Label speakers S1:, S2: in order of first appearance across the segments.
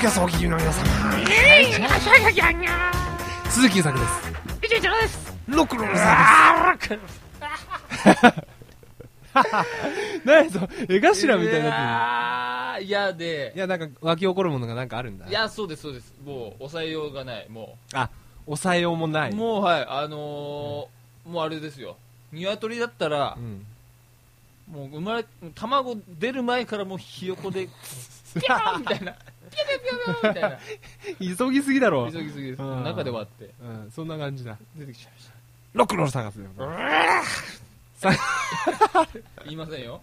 S1: キャストお聞きの皆様
S2: えい、あしゃやぎゃにゃ
S1: 鈴木ゆさきです
S2: ー。いちいちろです。
S1: ロックロールさ
S2: あー、ロ
S1: ん
S2: ック。
S1: です何やその絵頭みたいになって
S3: なっていや
S1: るい
S3: で
S1: やなんか湧き起こるものがなんかあるんだ
S3: いやそうですそうですもう抑えようがないも
S1: あ抑えようもな
S3: う、
S1: い
S3: もうはいあのーもうあれですよ鶏だったら
S1: う、ん
S3: もう生まれ卵出る前からもうひよこでピャーンみたいなピャピャピャピャみ たいな
S1: 急ぎすぎだろ
S3: 急ぎすぎです
S1: うん
S3: 中で割って
S1: うんそんな感じだ
S3: 出てきちゃいました
S1: ロックロール探すよ
S3: 言いませんよ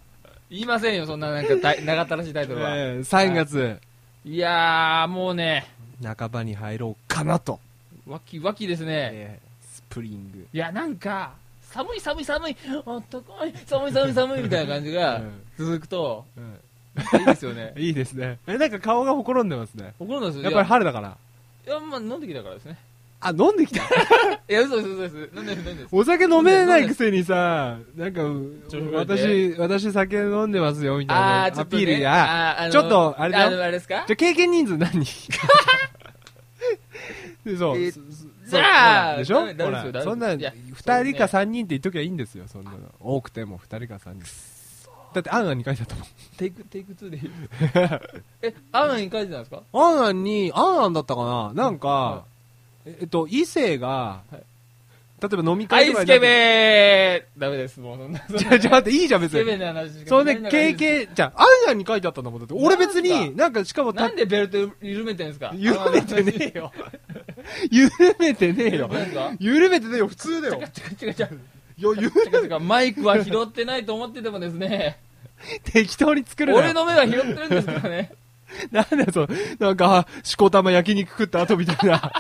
S3: 言いませんよそんななんか 大長ったらしいタイトルは、
S1: えー3月
S3: いやーもうね
S1: 半ばに入ろうかなと
S3: わきわきですね、
S1: えースプリング
S3: いやなんか寒い寒い寒いあったかい寒い寒い寒いみたいな感じが
S1: うん
S3: 続くと、
S1: うん
S3: いいですよね
S1: いいですねえなんか顔がほころんでますね
S3: 怒るんですよ
S1: やっぱり春だから
S3: いやいやまあ飲んできたからですね
S1: あ飲んできた
S3: いや嘘嘘嘘嘘飲んでる飲んで る
S1: お酒飲めないくせにさなんかう
S3: 調子乗り
S1: 私私酒飲んでますよみた
S3: あ
S1: いな
S3: ーちょ
S1: ア
S3: っと、
S1: ピ
S3: ね、
S1: ールや
S3: あーあの
S1: ちょっとあれだよ
S3: あのあれですか
S1: じゃあ経験人数何 人でそう
S3: え
S1: そそう
S3: じゃ
S1: ほ
S3: あ
S1: らでしょ
S3: ダメダメ
S1: ほ
S3: ですよダメです
S1: ら
S3: よ
S1: そんない
S3: や
S1: 2人か3人って言っときゃいいんですよそんなの多くても2人か3人だってアンアンに書いてあったもん
S3: テイクテイク2でいい えアナに書いてたんですか
S1: アンアンに、アンアンだったかななんか、ええっと、異性が、
S3: はい
S1: 例えば飲み
S3: は
S1: 会
S3: い
S1: とかにな
S3: ス
S1: っ
S3: ケ
S1: て
S3: ベーダメですもうそんなそんな
S1: じゃあ、じゃあ待って、いいじゃん、
S3: ス
S1: 別
S3: ケベ
S1: に。
S3: ーな話しか
S1: それ
S3: し
S1: で、
S3: ない中
S1: 経
S3: で
S1: 験、じゃあ、アンアンに書いてあったんだもん。だって、俺別に、なんか、しかもた
S3: なん、でベルト緩めてんですか
S1: 緩めてね
S3: え よ
S1: 緩めてねえよ。
S3: なんか
S1: 緩めてねえよ、普通だよ。いや、
S3: 違う違う違う
S1: 緩
S3: 違う違うマイクは拾ってないと思っててもですね
S1: め、適当に作るなよ。
S3: 俺の目は拾ってるんですからね
S1: なんだよ、その、なんか、しこたま焼肉食った後みたいな。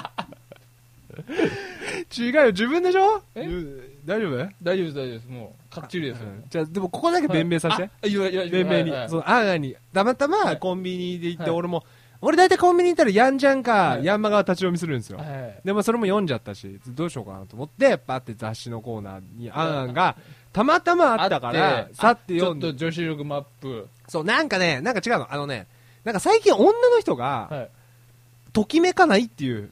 S1: 違うよ、自分でしょ
S3: え
S1: ゆ大丈夫
S3: 大丈夫です大丈夫ですもうかっちりですよ
S1: じゃあ、でも、ここだけ弁明させて。
S3: あいやいやいや
S1: 連盟に
S3: はいは、い
S1: そのアンアンに、たまたまコンビニで行って、
S3: はい
S1: 俺も、俺大体コンビニ行ったらヤンジャンか
S3: は、い
S1: ヤンマガ立ち読みするんですよ。
S3: はい
S1: でもそれも読んじゃったし、どうしようかなと思って、パって雑誌のコーナーにアンアンが、たまたまあったから、さって
S3: ちょ
S1: 読
S3: っ
S1: ん
S3: と
S1: で、
S3: 女子力マップ
S1: そう、なんかね、なんか違うの、あのね、なんか最近女の人が、
S3: はい
S1: ときめかないっていう、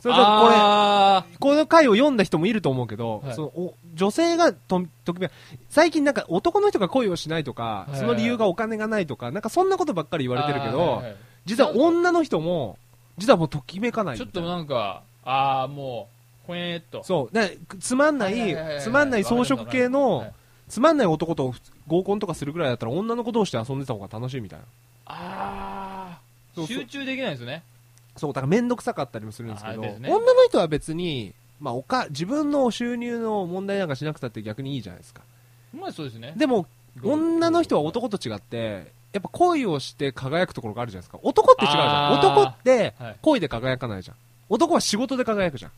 S1: それとこれ、
S3: あ
S1: この回を読んだ人もいると思うけど、
S3: はい
S1: そのお女性がとときめ最近なんか男の人が恋をしないとか、
S3: はい
S1: その理由がお金がないとか、なんかそんなことばっかり言
S3: ー
S1: われてるけど、
S3: あーはいはい
S1: 実は女の人も、実はもうときめかない
S3: ちょっ
S1: みたい
S3: と
S1: な
S3: なんか、ああ、もう、ほえーっと。
S1: そう、ねつまんな
S3: はいはいいはいはい、
S1: つまんない装飾系の、
S3: はい
S1: つまんない男と合コンとかするぐらいだったら女の子同士で遊んでた方が楽しいみたいな。
S3: あ
S1: そ
S3: あ、
S1: うそう
S3: 集中できないですよね。
S1: そう、だから面倒くさかったりもするんですけど、
S3: あーですね
S1: 女の人は別に、まあ、おか、自分の収入の問題なんかしなくたって逆にいいじゃないですか。
S3: まあそうですね。
S1: でも、女の人は男と違って、やっぱ恋をして輝くところがあるじゃないですか。男って違うじゃん。
S3: あー
S1: 男って
S3: はい
S1: 恋で輝かないじゃん。男は仕事で輝くじゃん。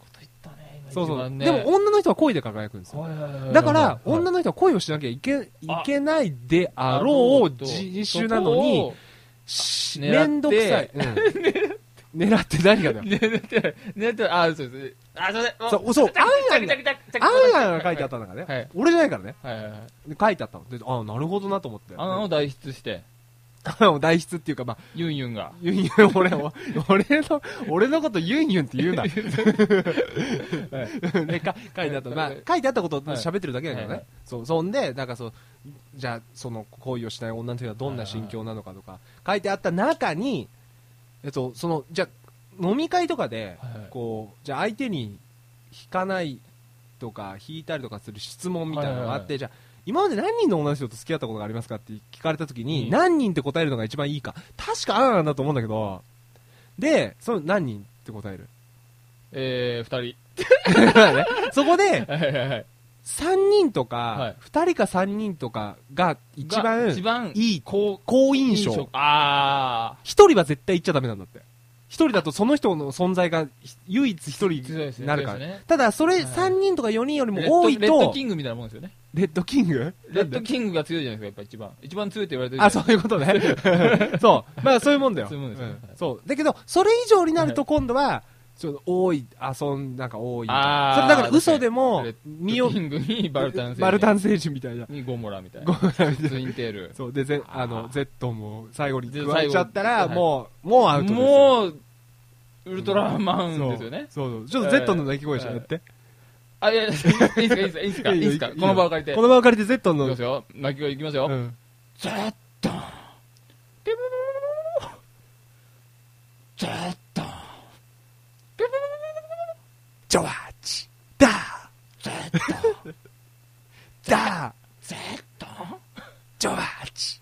S3: こと言ったね、今
S1: そう
S3: 一
S1: そう。
S3: 番ね
S1: でも女の人は恋で輝くんですよ。
S3: はいはいはいはい
S1: だから、
S3: はい
S1: 女の人は恋をしなきゃいけ、いけないであろう人種なの
S3: そこ
S1: に
S3: を、
S1: し
S3: 狙っ
S1: め
S3: て
S1: んどくさい。うん 狙って何がだよ。
S3: 狙って、狙って、ああ、そうです。ああ、それ、
S1: そ
S3: も
S1: う、そう、ア ンアンが
S3: チャキチャキチャキチャキ
S1: アン アンが書いてあったんだから
S3: は
S1: ね
S3: い。
S1: 俺じゃないからね。
S3: はいはいはい。
S1: で書いてあったの。でああ、なるほどなと思って。
S3: あの、代筆して、
S1: を代筆っていう か、まあ、
S3: ユンユンが。
S1: ユンユン、俺、お俺の、俺のことユンユンって言 うな。で、か書いてあった。まあ、 書いてあったことを喋ってるだけだけど
S3: はい
S1: ね。そう、そんで、なんかそう、じゃあ、その恋をしない女の人がどんな心境なのかとか、書いてあった中に、えっと、その、じゃあ飲み会とかで
S3: はいはい、
S1: こう、じゃあ相手に引かないとか、引いたりとかする質問みたいなのがあ
S3: はいは
S1: っ
S3: いは
S1: て、じゃあ、今まで何人の女の人と付き合ったことがありますかって聞かれたときに、
S3: うん
S1: 何人って答えるのが一番いいか。確かアンアンだと思うんだけど、で、その何人って答え る。
S3: えー、二
S1: そこで、
S3: 人。はいはいはい。
S1: 3人と
S3: は
S1: か
S3: い、
S1: 2人か3人とかが一
S3: が
S1: 番
S3: 一番
S1: いい
S3: 好
S1: 好印象。
S3: ああ。
S1: 一人は絶対行っちゃダメなんだって。一人だとその人の存在がひ唯一一人
S3: そうです
S1: に
S3: ね
S1: なるか
S3: そうで
S1: ら
S3: すね。
S1: ただ、それ
S3: はい
S1: 3人とか4人より
S3: レッ
S1: も
S3: ド
S1: 多い
S3: レッド
S1: と
S3: キ、ングみたいなもんですよね。
S1: レッドキング
S3: レッドキングが強いじゃないですか、やっぱ一番。一番強いって言われてるじゃ
S1: あ、
S3: ないですか
S1: そういうこと ね。そう。まあ、そういうもんだよ。
S3: そういうもんですねはい
S1: そう。だけど、それ以上になると今度は、ちょっと多い、遊ん、なんか多い。それ
S3: あー
S1: だから嘘でも
S3: レッ、
S1: 身を
S3: キ、ングにバルタン星人
S1: バルタン星人みた いな。
S3: にゴモラみたい
S1: ご
S3: な
S1: めんなさい
S3: ツインテール
S1: そう、で、ぜあの、ゼットンも最後に
S3: で
S1: 食われちゃったら、
S3: 最後に
S1: もう、もうアウトですよ。
S3: もうウルトラマンですよね
S1: そうそう。ちょっとゼットンの鳴き声してやって。
S3: あいやいやいいですかいいですかいいですかいいですかこの場を借りて
S1: この場を借りてゼットン
S3: いき
S1: の
S3: ま、すよ泣き声いきますよ
S1: うん
S3: ジェットンピブブブブブブジェットンピブブブ
S1: ジョワーチ、ダー、
S3: ブブブジェットン
S1: ダー、
S3: ジェットン
S1: ジョワーチ。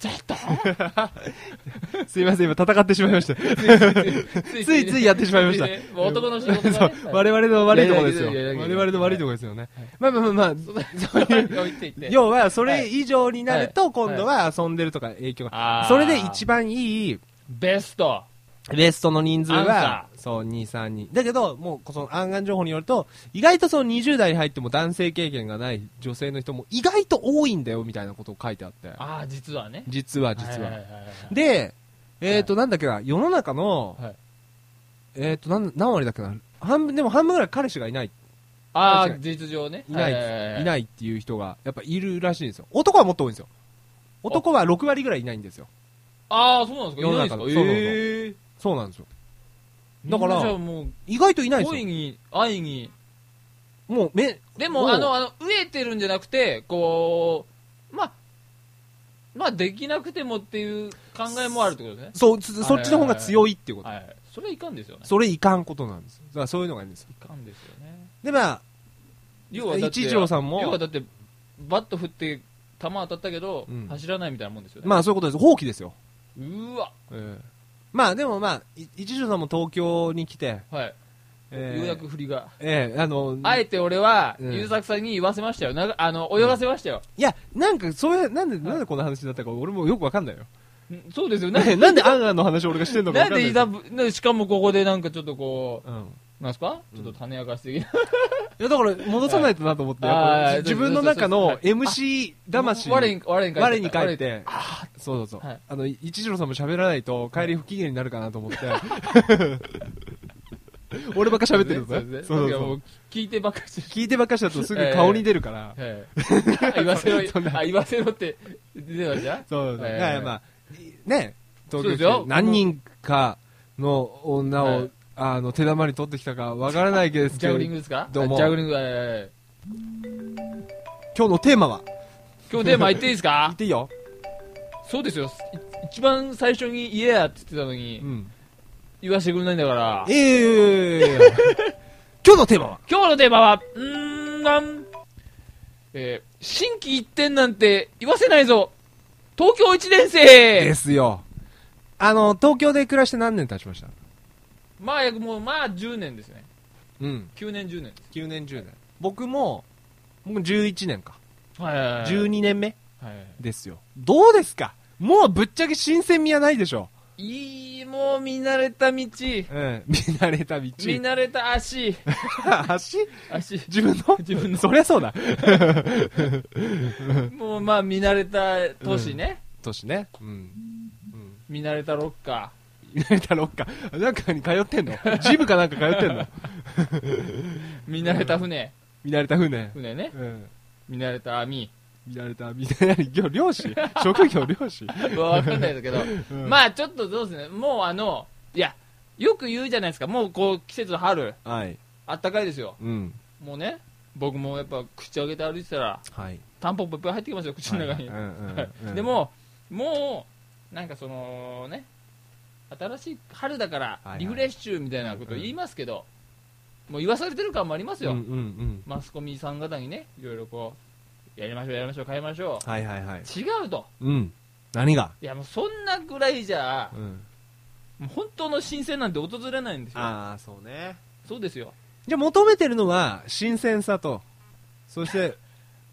S3: ジェッ
S1: すいません、今戦ってしまいました。
S3: トン
S1: ついついやってしまいました
S3: つねもう男の仕事
S1: そ
S3: だ
S1: う
S3: ね
S1: 我々の悪いところですよ。
S3: いやいやいやいや
S1: 我
S3: いや
S1: 々の悪いところですよね。まあまあまあま
S3: そういう置いていっ
S1: あ、
S3: て
S1: 要はそれ以上になる
S3: は
S1: と
S3: い
S1: 今度は遊んでるとか影響
S3: あ
S1: が。
S3: ー
S1: それで一番いい
S3: ベスト
S1: ベストの人数
S3: アン
S1: は
S3: サ、
S1: そう、2、3人。だけど、もう、その、案外情報によると、意外とその20代に入っても男性経験がない女性の人も意外と多いんだよ、みたいなことを書いてあって。
S3: ああ実はね
S1: 実は、実
S3: いい
S1: は。
S3: いい
S1: で、えっと、なんだっけな、世の中の
S3: はい、
S1: えっと、なん何割だっけな、半分、でも半分ぐらい彼氏がいない、
S3: ああ
S1: 確か
S3: 実情ね
S1: いな、
S3: はははい
S1: いないっていう人が、やっぱいるらしいんですよ。男はもっと多いんですよ。男は6割ぐらいいないんですよ。
S3: ああそうなんですかいないんです
S1: 世
S3: か
S1: の中の
S3: ええ
S1: そうなんですよ。だ
S3: だ
S1: か
S3: かららじゃあもう
S1: 意外といないんです
S3: 恋
S1: よ。
S3: に愛に
S1: もう、め、
S3: で
S1: おう
S3: もあのあの飢えてるんじゃなくてこうまあまあできなくてもっていう考えもあるってことですね
S1: そう、つそっちの方が強いっていうこと。
S3: はいそれいかんですよね
S1: それいかんことなんですよ。だからそういうのがいいんですよ。
S3: いかんですよね
S1: で、まあ、
S3: 要はだって
S1: 一条さんも
S3: 要はだってバット振って球当たったけど、
S1: うん
S3: 走らないみたいなもんですよね、
S1: まあそういうことです。放棄ですよ。
S3: うーわ
S1: まあでもまあ、い一条さんも東京に来て、
S3: はい、
S1: えー
S3: ようやく振りが
S1: ええあの、
S3: あえて俺は、
S1: うん
S3: 優作さんに言わせましたよ。なあの、泳がせましたよ。
S1: いや、なんかそういう、なんで、なんでこんな話になったか俺もよくわかんないよ。
S3: うんそうですよ。な
S1: なん
S3: で
S1: ん、なんでアンアンの話を俺がしてんのかわか
S3: なん
S1: んないです
S3: でいざぶ、なんでしかもここでなんかちょっとこ
S1: うん。
S3: う、なんすか
S1: うん
S3: ちょっと種明かし的な。
S1: いや、だから戻さないとなと思って、やっぱ
S3: はいはい
S1: 自分の中
S3: は
S1: の
S3: い
S1: MC 魂、
S3: 我に、我に返
S1: 我に
S3: 帰
S1: 返っ
S3: って。
S1: て、そうそうそう、
S3: はい
S1: あの、一条さんも喋らないと帰り不機嫌になるかなと思っ て、俺ばっか喋ってるの
S3: そう
S1: ね
S3: で。す
S1: そうそう
S3: いや
S1: そう
S3: もう聞いてばっかりして
S1: 聞いてばっかしだとすぐ顔に出るから、
S3: る。はい。言わせろ
S1: そん、な
S3: あ、言わせろって出てました
S1: そうだ
S3: え
S1: ね
S3: え
S1: だからまあ、ね、東
S3: そう
S1: 京
S3: です
S1: 来
S3: よ
S1: て何人かの女を、
S3: はい
S1: あの手玉に取ってきたかわからないです
S3: ジ
S1: け
S3: ャ
S1: ど、
S3: グリン
S1: 今
S3: グ
S1: 日
S3: ですか
S1: どうも
S3: あジャグリング、はいはいはい。
S1: のテーマは、
S3: 今日テーマ言っていいです
S1: 言
S3: か
S1: っていいよ。
S3: そうですよ。い一番最初に言えやって言ってたの
S1: う
S3: に、
S1: ん。
S3: 言わせてくれないんだから。
S1: ええ 今日のテーマは
S3: 今日のテーマは、うーんなん、えー、新規一点なんて言わせないぞ東京一年
S1: で
S3: 生
S1: すよ。あの、東京で暮らして何年経ちました
S3: まあ、約もう、まあ、10年ですね。
S1: うん。
S3: 9年、10年で
S1: 9年、10年。僕も、僕11年か。
S3: す。はいはいはい。
S1: 12年目
S3: はいは
S1: ですよ。どうですかもうぶっちゃけ新鮮味はないでしょ。
S3: い。いい、もう見慣れた道。
S1: う
S3: 見
S1: ん。見慣れた道。
S3: 慣れた足。
S1: 足
S3: 足。
S1: 自分の
S3: 自分の
S1: そりゃそうだ。
S3: もう、まあ、見慣れた都市ね。
S1: 年ね。うん。
S3: 見慣れたロッカ
S1: 見慣れたロッカー。なんかに通ってんのジムかなんか通ってんの
S3: ー。見慣れた船。
S1: 見慣れた船。
S3: 船ね。
S1: うん。
S3: 見慣れた網。
S1: 見慣れた、見慣れた、 漁師職業漁師
S3: わかんないですけど、
S1: うん
S3: まあちょっとどうですね、もうあの、いや、よく言うじゃないですか、もうこう季節の春、
S1: はい。
S3: あったかいですよ、
S1: うん。
S3: もうね、僕もやっぱ口開けて歩いてたら、
S1: はい。
S3: タンポポいっぱい入ってきますよ、口の中に。
S1: はいうんうん
S3: はい
S1: うん
S3: でも、もう、なんかそのね、新しい春だか
S1: いは
S3: ら
S1: い
S3: リフレッシュみたいなこと言いますけど、もう言わされてる感もありますよ、
S1: うんうんうん。
S3: マスコミさん方にね、いろいろこう、やりましょう、やりましょう、変えましょ
S1: はいはいはいう。
S3: う、違うと、
S1: うん。何が
S3: いやもうそんなぐらいじゃ、
S1: うん。
S3: もう本当の新鮮なんて訪れないんですよ。
S1: ああ、そうね。
S3: そうですよ。
S1: じゃあ求めてるのは、新鮮さと、そして、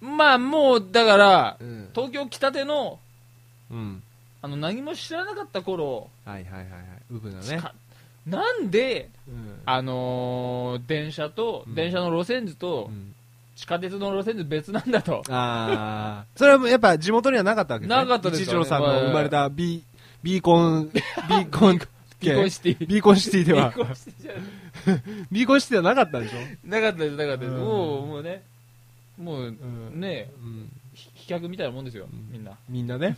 S3: まあもう、だから、
S1: うん。
S3: 東京来たての、
S1: うん。
S3: あの、何も知らなかった頃、
S1: はいはいはいはい。うぶなね。
S3: かなんで、
S1: うん。
S3: あのー電車と、
S1: うん
S3: 電車の路線図と、
S1: うん
S3: 地下鉄の路線図別なんだと。
S1: ああ。それはもうやっぱ地元にはなかったわけね
S3: なかったです
S1: 一
S3: よ ね
S1: 条さんの生まれた B、ビーコン、ビーコンけ
S3: ビーコンシティ。
S1: ビーコンシティでは
S3: ビーコンシティじゃない
S1: ビーコンシティはなかったでしょ、
S3: なかったです、なかったです。
S1: うん
S3: もう、もうね、もう、
S1: うん
S3: ね、
S1: うん、
S3: ひ飛脚みたいなもんですよ、みんな。
S1: みんなね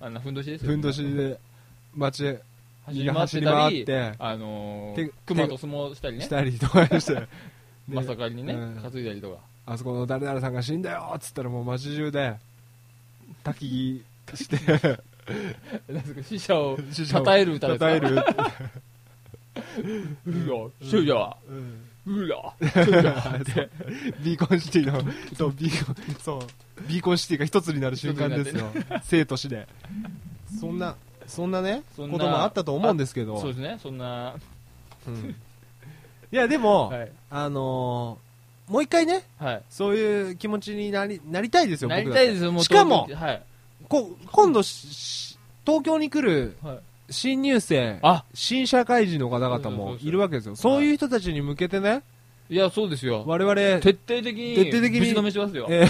S3: あんなふんどしですよ。
S1: ふんどしで街へ
S3: 走り回ってた
S1: 走
S3: り、
S1: り回って
S3: あの
S1: 手
S3: ー、熊と相撲したりね
S1: し、たりとかして、で
S3: まさかにね
S1: うん、
S3: 担いだりとか。
S1: あそこの誰々さんが死んだよっつったらもう街中で焚き火して
S3: なんですか死者を
S1: 死者を
S3: 称える歌です
S1: 叩える、
S3: うら、死者は、
S1: うん
S3: うら。
S1: そうビーコンシティのそうビーコンそうビーコンシティが一つになる瞬間ですよ生と死でそんなそんなね
S3: そんな
S1: こともあったと思うんですけど
S3: そうですね、そんな、
S1: うんいやでも、
S3: はい。
S1: あのーもう一回ね
S3: はい。
S1: そういう気持ちになりなりたいですよ
S3: な
S1: 僕
S3: り
S1: だった
S3: いですよ、もう。
S1: しかも
S3: 東京はい。
S1: こ今度しし東京に来る
S3: はい。
S1: 新入生
S3: あ、
S1: 新社会人の方々
S3: そうそう
S1: も
S3: そうそう
S1: いるわけですよそういう人たちに向けてね
S3: いや、そうですよ。
S1: 我々
S3: 徹底的に、
S1: 徹底的に
S3: ぶちのめしますよ。
S1: え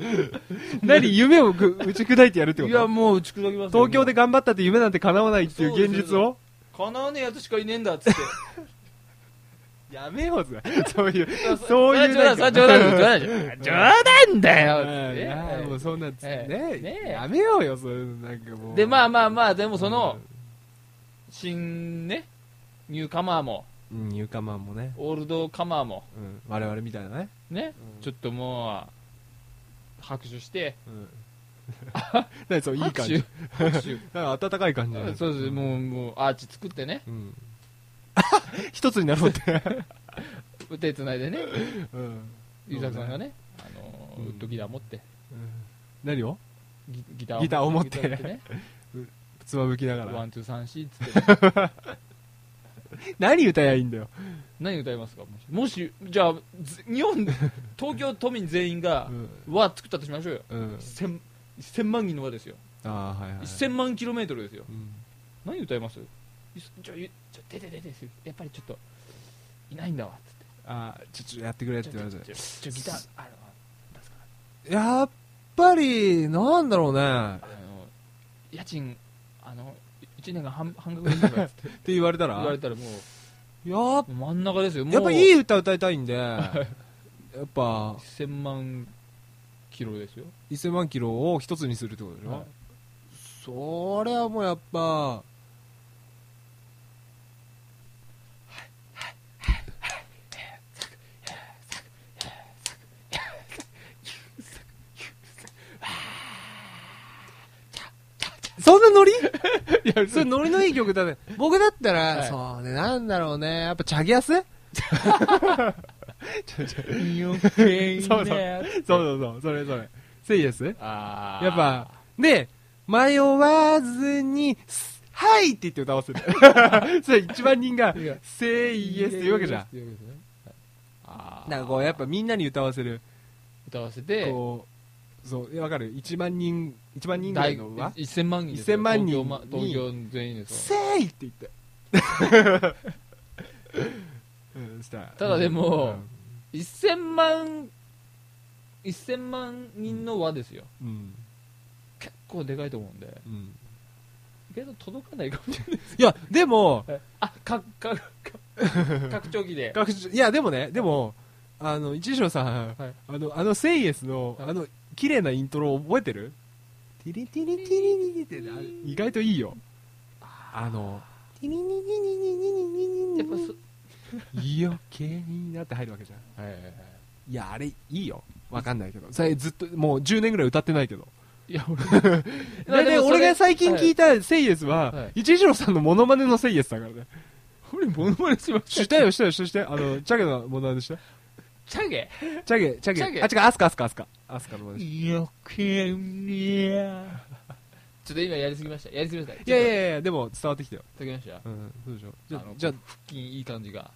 S1: ー 何夢をぐ打ち砕いてやるってこ
S3: いや、
S1: と
S3: もう打ち砕きますよ
S1: 東京で頑張ったって夢なんて叶わないっていう現実を
S3: 叶わねえやつしかいねえんだっつって
S1: やめよう ぜそういうそういう
S3: 冗談
S1: なんか
S3: 冗談冗談冗談だよ
S1: うん いやもうそんな
S3: え
S1: ね
S3: ねえ
S1: やめようよそういうのなんかもう
S3: でまあまあまあでもその新ねニューカマーも
S1: うんニューカマンもね
S3: オールドカマーも
S1: うん我々みたいなね
S3: ね
S1: うん
S3: ちょっともう拍手して
S1: うん 何そういい
S3: 拍
S1: 感
S3: 手
S1: じ
S3: 拍手
S1: なんか温かい感じ
S3: そうですもうもうアーチ作ってね
S1: うん 一つになろうって、
S3: 手つないでね
S1: うん
S3: ゆうたくさんがねあの
S1: うん
S3: ウッドギター持って
S1: 何を
S3: ギギター
S1: ギターを持って
S3: ギター ね
S1: つまぶきなが
S3: ワ
S1: ら
S3: ンツーサンシーっつって
S1: 何歌えばいいんだよ
S3: 何歌いますかもしもしじゃあず日本東京都民全員が
S1: うん
S3: 和作ったとしましょうよ
S1: うん
S3: 1000 1000万人の和ですよ
S1: ああはいはい
S3: 1000万キロメートルですよ
S1: うん
S3: 何歌いますいっじゃあいちょ出て出てやっぱりちょっといないんだわつって
S1: あーちょちょやってくれって
S3: ち
S1: 言
S3: ょ
S1: われ
S3: ちょ
S1: て
S3: ちょちょギターあのなんすか
S1: やっぱりなんだろうね
S3: あの家賃あの1年が半半額でいいのかっつって
S1: って言われたら
S3: 言われたらも
S1: やっ
S3: う真ん中ですよもう
S1: やっぱいい歌歌いたいんでやっぱ
S3: 1000万キロですよ
S1: 1000万キロを一つにするってことでしょ、
S3: はい
S1: それはもうやっぱそんなノリ いや、それノリのいい曲だね。僕だったら、
S3: はい
S1: そうね、なんだろうね。やっぱ、チャギアス
S3: 余計
S1: ね
S3: そうそう
S1: そうそうそう、それそれ。セイエス
S3: あー
S1: やっぱ、ね、迷わずに、すはいって言って歌わ せる。それ一万人が
S3: いや、
S1: せいイエスって言うわけじゃん。
S3: 言うわけですねはいあー
S1: なんかこう、やっぱみんなに歌わせる。
S3: 歌わせて
S1: こう、そう、いやわかる一万人、一万人ぐらいのは、
S3: 1000万人です
S1: 1000万人
S3: 東京ま東京全員です
S1: せいって言 って。うんしたら
S3: ただでも
S1: うん
S3: 1000万1000万人の輪ですよ
S1: うん
S3: 結構でかいと思うんで
S1: うん
S3: 意外と届かないかもしれ
S1: いや、でも、
S3: ないあかかか拡張 機で
S1: 学習いや、でもね、でも、あの、一条さん、
S3: はい
S1: あの、あの、セイエスの、
S3: はい
S1: あの、綺麗なイントロ覚えてるティリティリティリティリって、あれ意外といいよ。あの、ティリニニニニニニニニ
S3: やっぱそ
S1: ニ余計になって入るわけじゃん。
S3: はいはいはい
S1: いや、あれ、いいよ。わかんないけど。それずっと、もう10年ぐらい歌ってないけど。
S3: いや俺まあ
S1: で、
S3: で
S1: で
S3: もそれ
S1: 俺が最近聞いたセイエス
S3: は、
S1: はい一条さんのモノマネのセイエスだからね。
S3: 俺モノマネしまし
S1: したよ、したよ、したよして。あの、チャゲのモノマネして。
S3: チャゲ
S1: チャゲ、チャ
S3: チャゲ
S1: ゲ。あ、違う、アスカ、アスカ、アスカ。アスカのモノマネして
S3: よけにゃちょっと今やりすぎましたやりすぎました
S1: いやい
S3: や
S1: やいや、でも伝わってきたよ。
S3: やりすぎました
S1: うん、そうでしょ。じゃ
S3: あの
S1: じゃあ、
S3: 腹筋いい感じが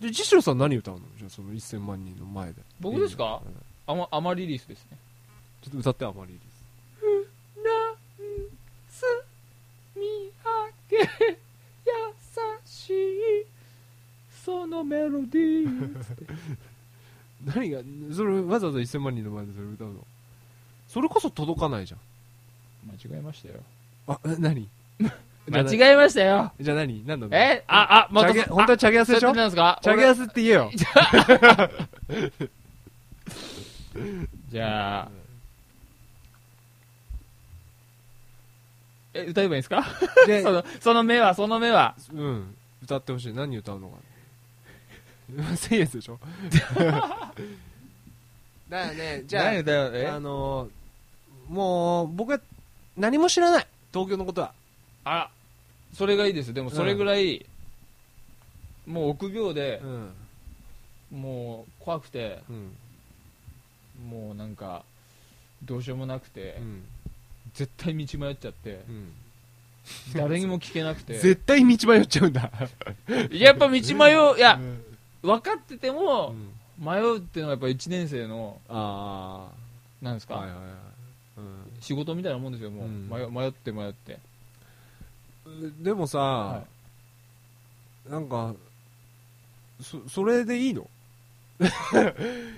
S1: じゃあ、次郎さん何歌うのじゃあ、その1000万人の前で。
S3: 僕ですか
S1: うん
S3: あまあまリリースですね
S1: ちょっと歌って、あまりです。
S3: なんすみあげ優しいそのメロディー
S1: 何が、それ、わざわざ1000万人の前でそれ歌うのそれこそ届かないじゃん。
S3: 間違えましたよ
S1: あ、え何じゃあ
S3: 間違えましたよ。
S1: じゃあ何何の
S3: えあ、あ、また
S1: チャゲ、本当はチャゲアスでしょ
S3: なんですか
S1: チャゲアスって言えよ。
S3: 俺じゃあ。え、歌えばいいんですか
S1: で
S3: そ、の、その目は、その目は。
S1: うん。歌ってほしい。何歌うのか な。セイエスでしょだよね、じゃ
S3: 何歌えばえ
S1: あ、あのー、もう、僕は何も知らない。東京のことは。
S3: あら、それがいいです。でもそれぐらい、もう臆病で
S1: う、ん。
S3: もう怖くて、
S1: うん。
S3: もうなんか、どうしようもなくて、
S1: うん。
S3: 絶対道迷っちゃって
S1: う、ん。
S3: 誰にも聞けなく て。
S1: 絶対道迷っちゃうんだ。
S3: やっぱ道迷う、いや
S1: う、ん
S3: 分かってて
S1: う
S3: も、
S1: ん
S3: 迷うっていうのはやっぱ1年生の、
S1: あ
S3: なんです
S1: あ。
S3: か、
S1: はいはいはい。うん
S3: 仕事みたいなもんですよ、もう。
S1: うん
S3: 迷迷って迷って。
S1: でもさ、
S3: は
S1: なんかそそれでいいの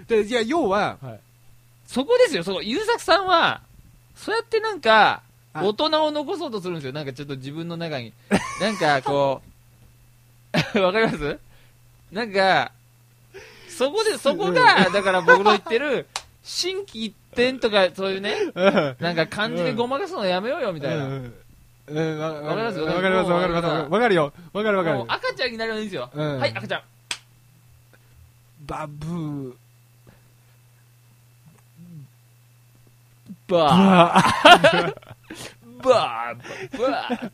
S1: でいや要 は
S3: そこですよ、そこ。優作さんは、そうやってなんか、
S1: あ
S3: 大人を残そうとするんですよ。なんかちょっと自分の中に。なんかこう、 わかりますなんか、そこで、そこが、だから僕の言ってる、新規一点とか、そういうね、なんか漢字でごまかすのやめようよ、みたいな。
S1: うんうんわわ
S3: わかります
S1: わかりますわかりますわかるよわかるわか
S3: もう
S1: る
S3: 赤ちゃんになればいいんですよ。
S1: うん
S3: はい、赤ちゃん。
S1: バブー
S3: バ
S1: あ
S3: ー、バー、バー。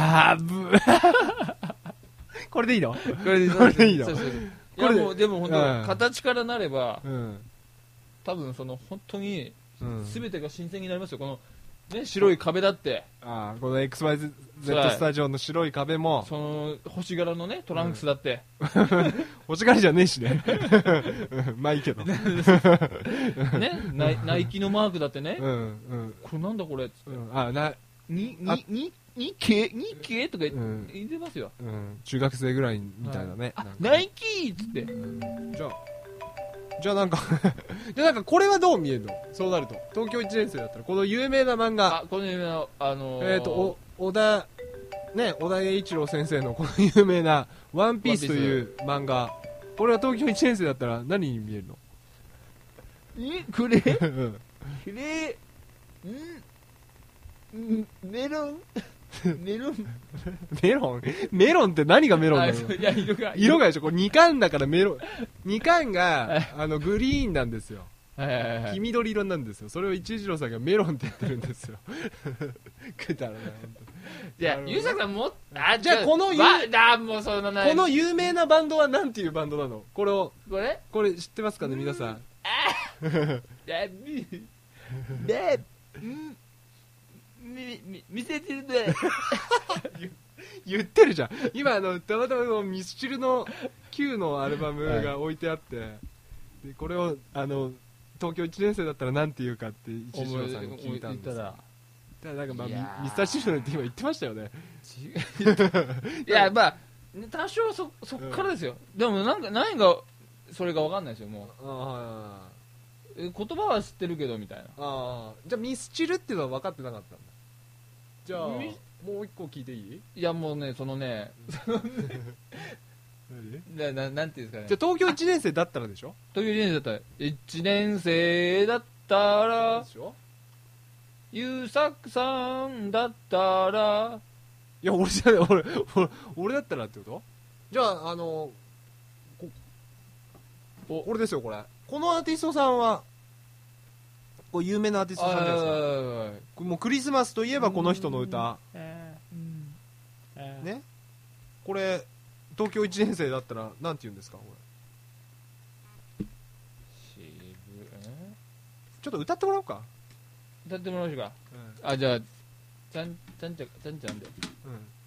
S1: バブー これでいいの
S3: これで
S1: これでいいの
S3: そうそうそうい
S1: こ
S3: や
S1: れで
S3: もうでも本
S1: うん
S3: 当形からなれば
S1: うん、
S3: 多分その本当に
S1: うん、
S3: 全てが新鮮になりますよこのね白い壁だって
S1: あーこの XYZ
S3: はい
S1: スタジオの白い壁も
S3: その星柄のねトランクスだって
S1: 欲しがりじゃねえしね うんまあいい けど
S3: ねナイナイキのマークだってね
S1: うんうん
S3: これなんだこれ
S1: うんあな
S3: に
S1: あ
S3: にににけにけとか言っ
S1: うん
S3: 言ってますよ
S1: うん、中学生ぐらいみたいだね、
S3: あ
S1: なんか
S3: ナイキっつって
S1: じゃあじゃあなんか じゃあなんかこれはどう見えるのそうなると東京1年生だったらこの有名な漫画
S3: あこの夢のあのー
S1: えっ、とお小田ね小田栄一郎先生のこの有名な「ワンピースという漫画これは東京1年生だったら何に見えるの
S3: にクレー
S1: うん
S3: クレーんんメロ ンメロン
S1: メロンメロンって何がメロンな
S3: あ
S1: の
S3: そういや色が
S1: 色がでしょこれ2巻だからメロン2巻
S3: は
S1: が
S3: い
S1: あのグリーンなんですよ
S3: はいはいはいはい
S1: 黄緑色なんですよそれを一次郎さんがメロンって言ってるんですよ くだらない本当に
S3: じゃあ
S1: なるほど
S3: ゆうさくさんもあ
S1: じゃあこのゆう
S3: わあもうそのな
S1: この有名なバンドはなんていうバンドなのこれを
S3: これ
S1: これ知ってますかね皆さん
S3: だみでんみみ見せてるで
S1: 言ってるじゃん今あのたまたまのミスチルの Q のアルバムが置いてあって、でこれをあの東京1年生だったらなんて言うかって一次郎さんに聞いたんです
S3: 言
S1: よ
S3: っ
S1: だからなんか、まあ、
S3: いやー
S1: ミミスターチルドレンって今言ってましたよね
S3: いやまあね多少そそっからですよ、でもなんか何がそれがわかんないですよも
S1: あ
S3: うえ言葉は知ってるけどみたいな
S1: ああじゃあミスチルっていうのは分かってなかったんだじゃあ
S3: ミ
S1: もう一個聞いていい
S3: いやもうねそのねなななんていうんですか
S1: じゃあ
S3: ね
S1: 東京1年生だったらでしょ
S3: 東京人生だったら1年生だったら
S1: でしょ
S3: ゆうさくさんだったら、
S1: いや俺じゃない俺俺俺だったらってことじゃああのこ
S3: お
S1: これですよこれこのアーティストさんはこう有名なアーティストさんじゃないですかこれもうクリスマスといえばこの人の歌ねこれ東京1年生だったらなんて言うんですかこれ
S3: 渋え
S1: ちょっと歌ってもらおうか
S3: 歌ってもらおうか。
S1: う
S3: あ、じゃあ、ちゃん、ちゃんちゃ、ちゃんちゃんで。
S1: ん、うん、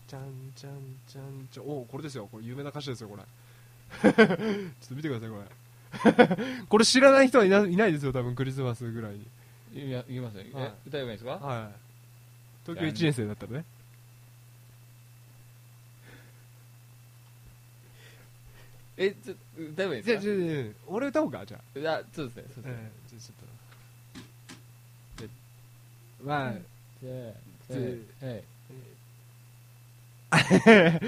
S1: ちゃんちゃんちゃんちゃんおこれですよこれ有名な歌手ですよこれ ちょっと見てくださいこれ これ知らない人はいないないですよ多分クリスマスぐらいに
S3: いや、いきますよ。え
S1: はい
S3: 歌えばいいんですか
S1: はい。東京1年生だったらね。
S3: え、ちょ、歌えばいいん
S1: じゃ
S3: で
S1: あ、
S3: すか
S1: じゃあじゃあ俺歌おうか、じゃあ。
S3: いや、そうですね、そうですね。
S1: ええじゃあちょっと。まあ、
S3: じゃあ、
S1: つって、
S3: え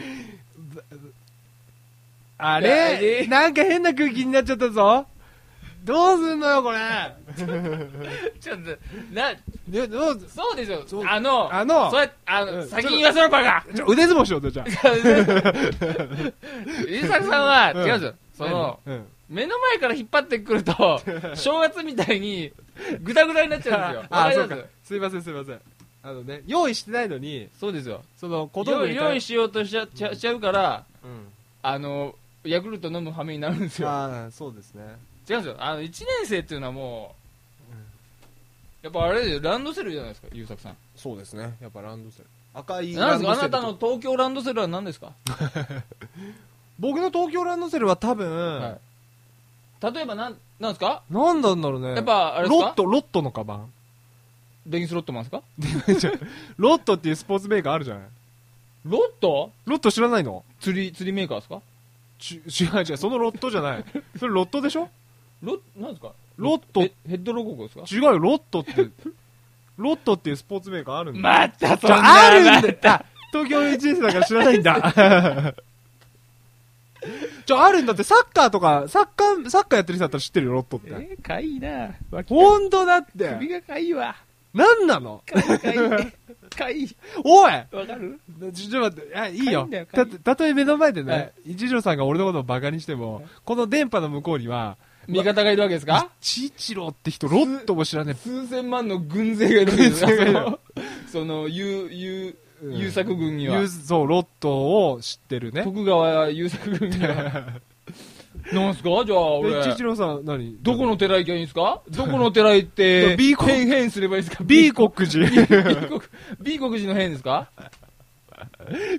S1: あ
S3: いやえ
S1: れ
S3: ー
S1: なんか変な空気になっちゃったぞどうすんのよこれ
S3: えちょっとな
S1: でどう
S3: そうでしょ
S1: そう
S3: あの
S1: あの
S3: そうやあの、
S1: うん
S3: 先に言わせろバ カ
S1: ちょ腕相撲しようとじゃあ
S3: 優作さんは、
S1: うん
S3: 違うんですよその、
S1: 何うん
S3: 目の前から引っ張ってく ると正月みたいにグダグダになっちゃうんですよ
S1: あ
S3: わ
S1: あ
S3: り
S1: そ
S3: ま
S1: う
S3: す
S1: かすいませんすいませんあのね用意してないのに
S3: そうですよ
S1: その小道
S3: 用
S1: 具に
S3: 意用意しようとしちゃちゃしちゃうから
S1: うん
S3: あのヤクルト飲む羽目になるんですよ
S1: ああそうですね
S3: 違うんですよあの1年生っていうのはもうやっぱあれですよランドセルじゃないですか優作さん
S1: そうですねやっぱランドセル赤い
S3: なんですかあな
S1: と
S3: たの東京ランドセルは何ですか、
S1: 僕の東京ランドセルは多分、
S3: はい、例えばなんなんですか
S1: なんなんだろうね
S3: やっぱあれです
S1: ロ
S3: か
S1: ットロットのカバン
S3: デニス・ロットマンですか
S1: じゃあロットっていうスポーツメーカーあるじゃない
S3: ロット
S1: ロット知らないの
S3: 釣り釣りメーカーですか
S1: ち違う違うそのロットじゃないそれロットでしょ
S3: ロッなんですか
S1: ロット
S3: ヘヘッドロゴですか
S1: 違うよロットってロットっていうスポーツメーカーあるんだよ
S3: またそ
S1: じ
S3: ん
S1: ゃ
S3: な
S1: ああるんだ
S3: また
S1: 東京の1年生だから知らないんだ。 じゃあ、あるんだって、サッカーとか、サッカー、サッカーやってる人だったら知ってるよ、ロットって。
S3: えー、かいいな
S1: ほんとだっ
S3: 首
S1: て。
S3: がかいいわ
S1: なんなの
S3: かいいかいいかいい
S1: おい
S3: わかる
S1: ちょ、ちょっと待って、あいい
S3: かゆい
S1: よ
S3: んだよ。かゆ
S1: た
S3: い
S1: と、たとえ目の前で
S3: は
S1: ね
S3: い、
S1: 一条さんが俺のことをバカにしても、この電波の向こうには、
S3: 味方がいるわけですか
S1: ちいちろって人、ロットも知らね
S3: 数千万の軍勢がいるわけですか
S1: 軍勢がいる
S3: そのその優優
S1: うん
S3: 優作軍
S1: え。
S3: には、
S1: ゆずそう、ロットを知ってるね。
S3: 徳川優作軍に はなんすかじゃあ
S1: で
S3: 俺
S1: 一郎さん、何
S3: どこの寺行きゃいいんですか どこの寺行って
S1: B 国
S3: 変変すればいいですか
S1: ?B 国寺。
S3: B 国 B 国寺の変ですか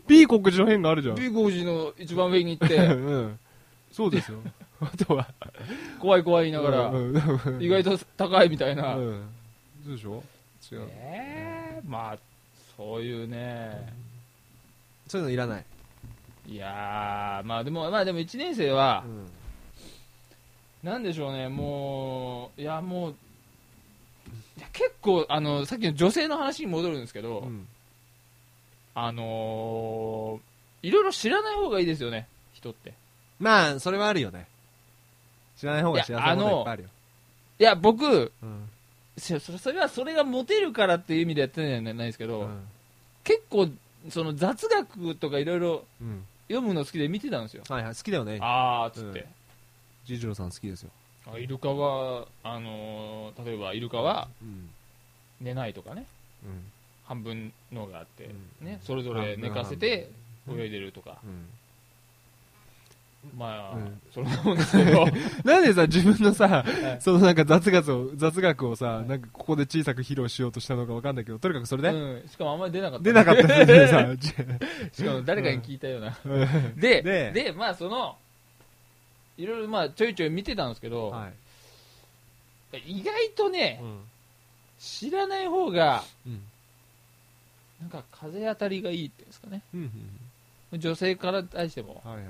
S1: B 国寺の変があるじゃん。
S3: B 国寺の一番上に行 っ
S1: う
S3: て
S1: んうんそうですよ。 あとは、
S3: 怖い怖い言いながら、
S1: うんうん
S3: 意外と高いみたいな、
S1: うんそうでしょ違う。
S3: えー、まあそういうね
S1: そういうのいらない。
S3: いやーまあでもまあでも1年生は、
S1: うん
S3: なんでしょうね、もう、いや、もう、いや結構あの、さっきの女性の話に戻るんですけど、
S1: うん
S3: あのーいろいろ知らない方がいいですよね、人って。
S1: まあ、それはあるよね。知らない方が幸せなことはいっぱいあるよ。
S3: いや、僕、
S1: うん
S3: そそそれは、それがモテるからっていう意味でやってないんじゃないですけど、
S1: うん
S3: 結構、その雑学とかいろいろ
S1: うん
S3: 読むの好きで見てたんですよ。
S1: はいはい、好きだよね。
S3: あーっつって、
S1: ジジロさん好きですよ。
S3: あイルカは、あのー例えばイルカは
S1: うん
S3: 寝ないとかね、
S1: うん
S3: 半分脳があって、
S1: うん
S3: ね、それぞれ寝かせて泳いでるとか、
S1: うん
S3: まあ、
S1: うん
S3: それなんですけど、
S1: なんでさ、自分のさ
S3: い、
S1: そのなんか雑学を、雑学をさ、なんかここで小さく披露しようとしたのかわかんないけど、とにかくそれ ね、
S3: うん、しかもあんまり出なかった、
S1: 出なかったんでさ、じ
S3: しかも誰かに聞いたような、
S1: ゃ
S3: で
S1: で
S3: でまあそのいろいろまあちょいちょい見てたんですけど、
S1: あはい。
S3: 意外とね、
S1: うん
S3: 知らない方が
S1: うん
S3: なんか風当たりがいいっていうんですかね
S1: うん
S3: 女性から対しても
S1: うんはいはい。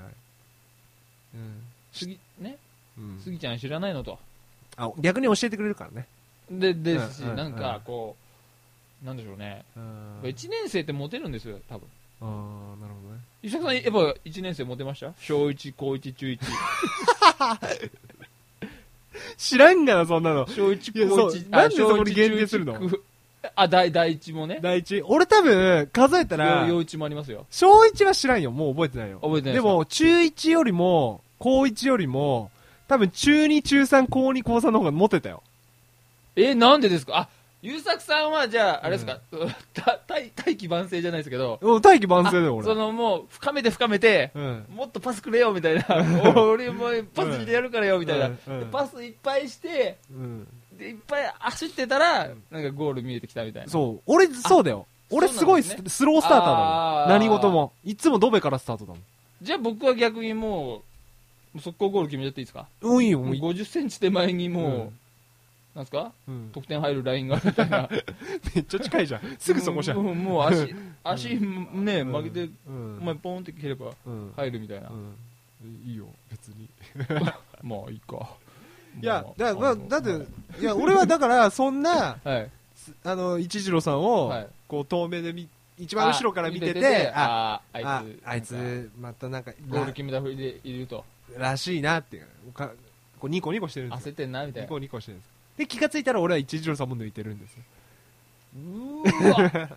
S1: うん
S3: すぎ,、ね、
S1: うん
S3: すぎちゃん知らないのと
S1: あ逆に教えてくれるからね、
S3: でですし、
S1: うんうん
S3: なんかこうなんでしょうね
S1: うん
S3: 1年生ってモテるんですよ多分
S1: ああなるほどね
S3: 石坂さんやっぱ1年生モテました小1高1中1
S1: 知らんがなそんなの
S3: 小一
S1: いや
S3: 高
S1: そう
S3: 一
S1: なんで
S3: あ
S1: そこに
S3: 小一
S1: 限定するの
S3: 中一あ第第一もね
S1: 第一俺多分数えたら
S3: 幼幼一もありますよ
S1: 小一は知らんよもう覚えてないよ
S3: 覚えてない
S1: でも中一よりも高一よりも多分中二中三高二高三の方がモテたよ
S3: えなんでですかあ優作さんはじゃああれですか、 た大大器晩成じゃないですけど
S1: うん大器晩成だよ
S3: あ
S1: 俺
S3: そのもう深めて深めて、
S1: うん
S3: もっとパスくれよみたいな俺もパス入れやるからよみたいな、
S1: うんうん
S3: でパスいっぱいして
S1: うん
S3: でいっぱい走ってたら、なんかゴール見えてきたみたいな
S1: そう俺そうだよ俺すごい
S3: そう
S1: ス,、
S3: なんで
S1: スロースターター
S3: あー
S1: だもん何事もいつもドベからスタートだもん
S3: じゃあ僕は逆にもう速攻ゴール決めちゃっていいですか
S1: うんいいよ
S3: もう
S1: もういい
S3: 5 0ンチ手前にもう、
S1: うん
S3: なんですか
S1: うん
S3: 得点入るラインがあるみたいな
S1: めっちゃ近いじゃん すぐそこじゃん、
S3: もうもう足足ね曲げて、
S1: うん
S3: お前ポンって蹴れば
S1: うん
S3: 入るみたいな、
S1: いいよ別に
S3: まあいいか
S1: いや
S3: まあ
S1: だ,、ま
S3: あ
S1: あ、
S3: の
S1: だっていや俺はだからそんな
S3: はい
S1: あの一次郎さんを、
S3: はい
S1: こう遠目で見一番後ろから見ててあ
S3: あ
S1: あ
S3: あいつ
S1: あいつまたなんか
S3: ゴール決めたふりでいると
S1: ららしいなっていうかこうニコニコしてるんです
S3: 焦っ
S1: よ
S3: てんなみたい
S1: ニ
S3: な
S1: コニコしてるんですで気がついたら俺は一次郎さんも抜いてるんですよ
S3: うーわ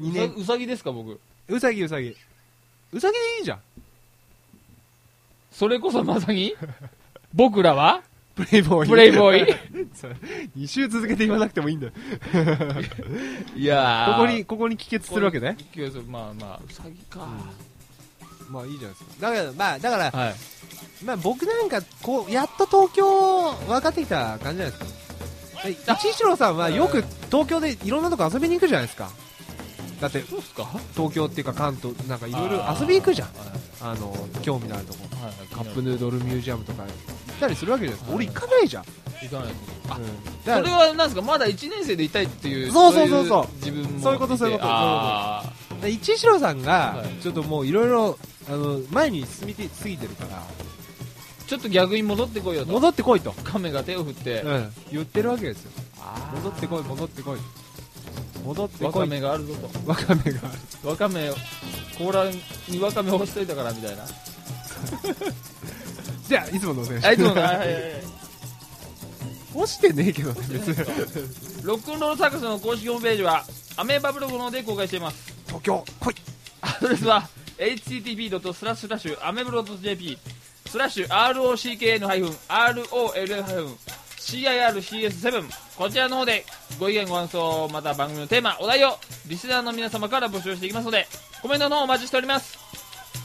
S1: 2年
S3: うさうさぎですか僕
S1: うさぎうさぎうさぎでいいじゃん
S3: それこそまさに僕らは
S1: プレイボーイ
S3: プレイボ ーイ
S1: 2週続けて言わなくてもいいんだよ
S3: い
S1: こ
S3: やー
S1: こにここに帰結するわけね
S3: ここに帰結するまあまあうさぎか、
S1: まあいいじゃないですかだからまあだから
S3: はい
S1: まあ僕なんかこうやっと東京分かってきた感じじゃないですかえ一一郎さんはよく東京でいろんなとこ遊びに行くじゃないですかだって
S3: そうっすか
S1: 東京っていうか関東なんかい
S3: い
S1: ろいろ遊びに行くじゃん
S3: は
S1: あの興味のあるとこ
S3: いはい
S1: カップヌードルミュージアムとか行ったりするわけじゃないですか俺行かないじゃん、
S3: 行かないですあ
S1: うんだ
S3: そ
S1: か
S3: れ
S1: ら
S3: はなんですかまだ1年生でいたいっていう
S1: そうそうそうそう
S3: い自分も
S1: そういうことそういうこと
S3: あー
S1: で一一郎さんが
S3: はい
S1: ちょっともういろいろあの前に進みて過ぎてるから
S3: ちょっと逆に戻ってこいよと
S1: 戻ってこいと、
S3: 亀が手を振って、
S1: うん、言ってるわけですよ
S3: あー
S1: 戻ってこい戻ってこい戻って
S3: わ
S1: こ
S3: か
S1: い
S3: めがあるぞ
S1: わかめがある
S3: とわかめ甲羅にわかめを干しといたからみたいな
S1: じ ゃあいつものお願いし
S3: あ
S1: ま
S3: い
S1: す
S3: つものはいはいはい
S1: 押してねえけどね別に
S3: ロックンロールサーカスの公式ホームページはアメーバブログの方で公開しています
S1: 東京来い
S3: アドレスは http スラッシュスラッシュアメブロ .jp スラッシュ ROCKN-ROL-CIRCS7 こちらの方でご意見ご感想また番組のテーマお題をリスナーの皆様から募集していきますのでコメントの方お待ちしております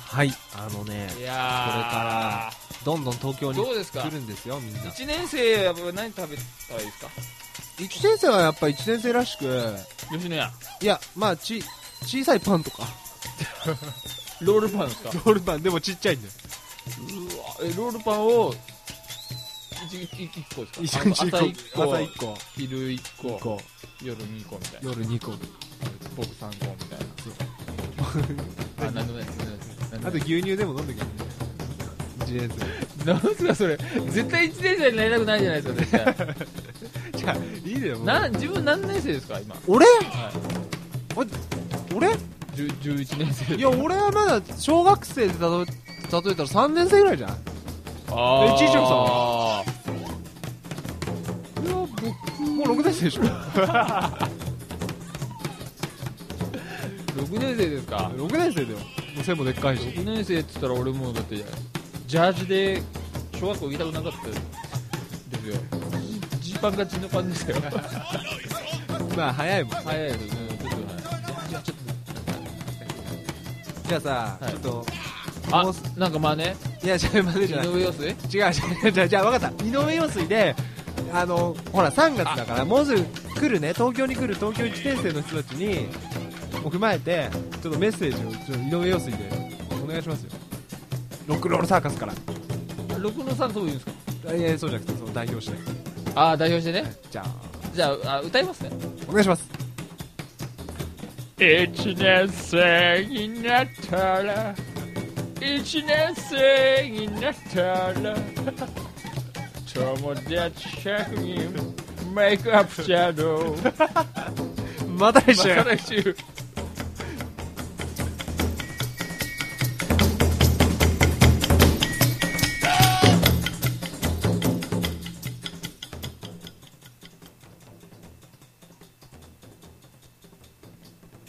S1: はいあのね
S3: いや
S1: どんどん東京
S3: ー
S1: に
S3: どうです
S1: 来
S3: か
S1: るんですよみんな
S3: 1年生は何食べたらいいですか
S1: 1年生はやっぱ1年生らしく
S3: 吉野家
S1: いやまあち小さいパンとか
S3: ロールパンですか
S1: ロールパンでもちっちゃいんだよ
S3: うわえロールパンを 1, 個ですか
S1: 1
S3: 朝
S1: 日1
S3: 1
S1: 個
S3: 個
S1: 朝1個
S3: 昼1個
S1: 1個
S3: 夜2個みたいな
S1: 夜2個
S3: 僕3個み たいなあ何でもないです何でも
S1: あと
S3: ない
S1: 牛乳でも飲んでけばいい1年
S3: 何ですかそれ絶対1年生になりたくないじゃないですか 絶対
S1: 生じゃあいいだよもう
S3: な自分何年生ですか今
S1: 俺
S3: はい
S1: 俺
S3: 10 11年生
S1: いや俺はまだ小学生で例え例えたら3年生ぐらいじゃん
S3: あー
S1: 一条さんはもう6年生でしょ
S3: 6年生ですか
S1: 6年生だよもう背もでっかいし
S3: 6年生って言ったら俺もうだってジャージで小学校行きたくなかったですよジーパンがちのパンでしたよ
S1: まあ早いもん
S3: 早いですねちょっとはいじゃあちょっ
S1: じゃあさ、
S3: はい
S1: ちょっと
S3: とあなんかまあね
S1: いやじゃあまで
S3: 井
S1: じゃない
S3: 上陽水
S1: 違う違う違うじゃあ分かった井上陽水であのほら3月だからもうすぐ来るね東京に来る東京1年生の人たちにを踏まえてちょっとメッセージをちょっと井上陽水でお願いしますよロックンロールサーカスから
S3: 六の三そういうんですか
S1: いやそうじゃなくてその代表して
S3: ああ代表してね
S1: じゃあ
S3: じゃああ歌いますね
S1: お願いします
S3: 一年生になったら一年生になったら友達100人メイクアップシャドウ
S1: また来週
S3: また来週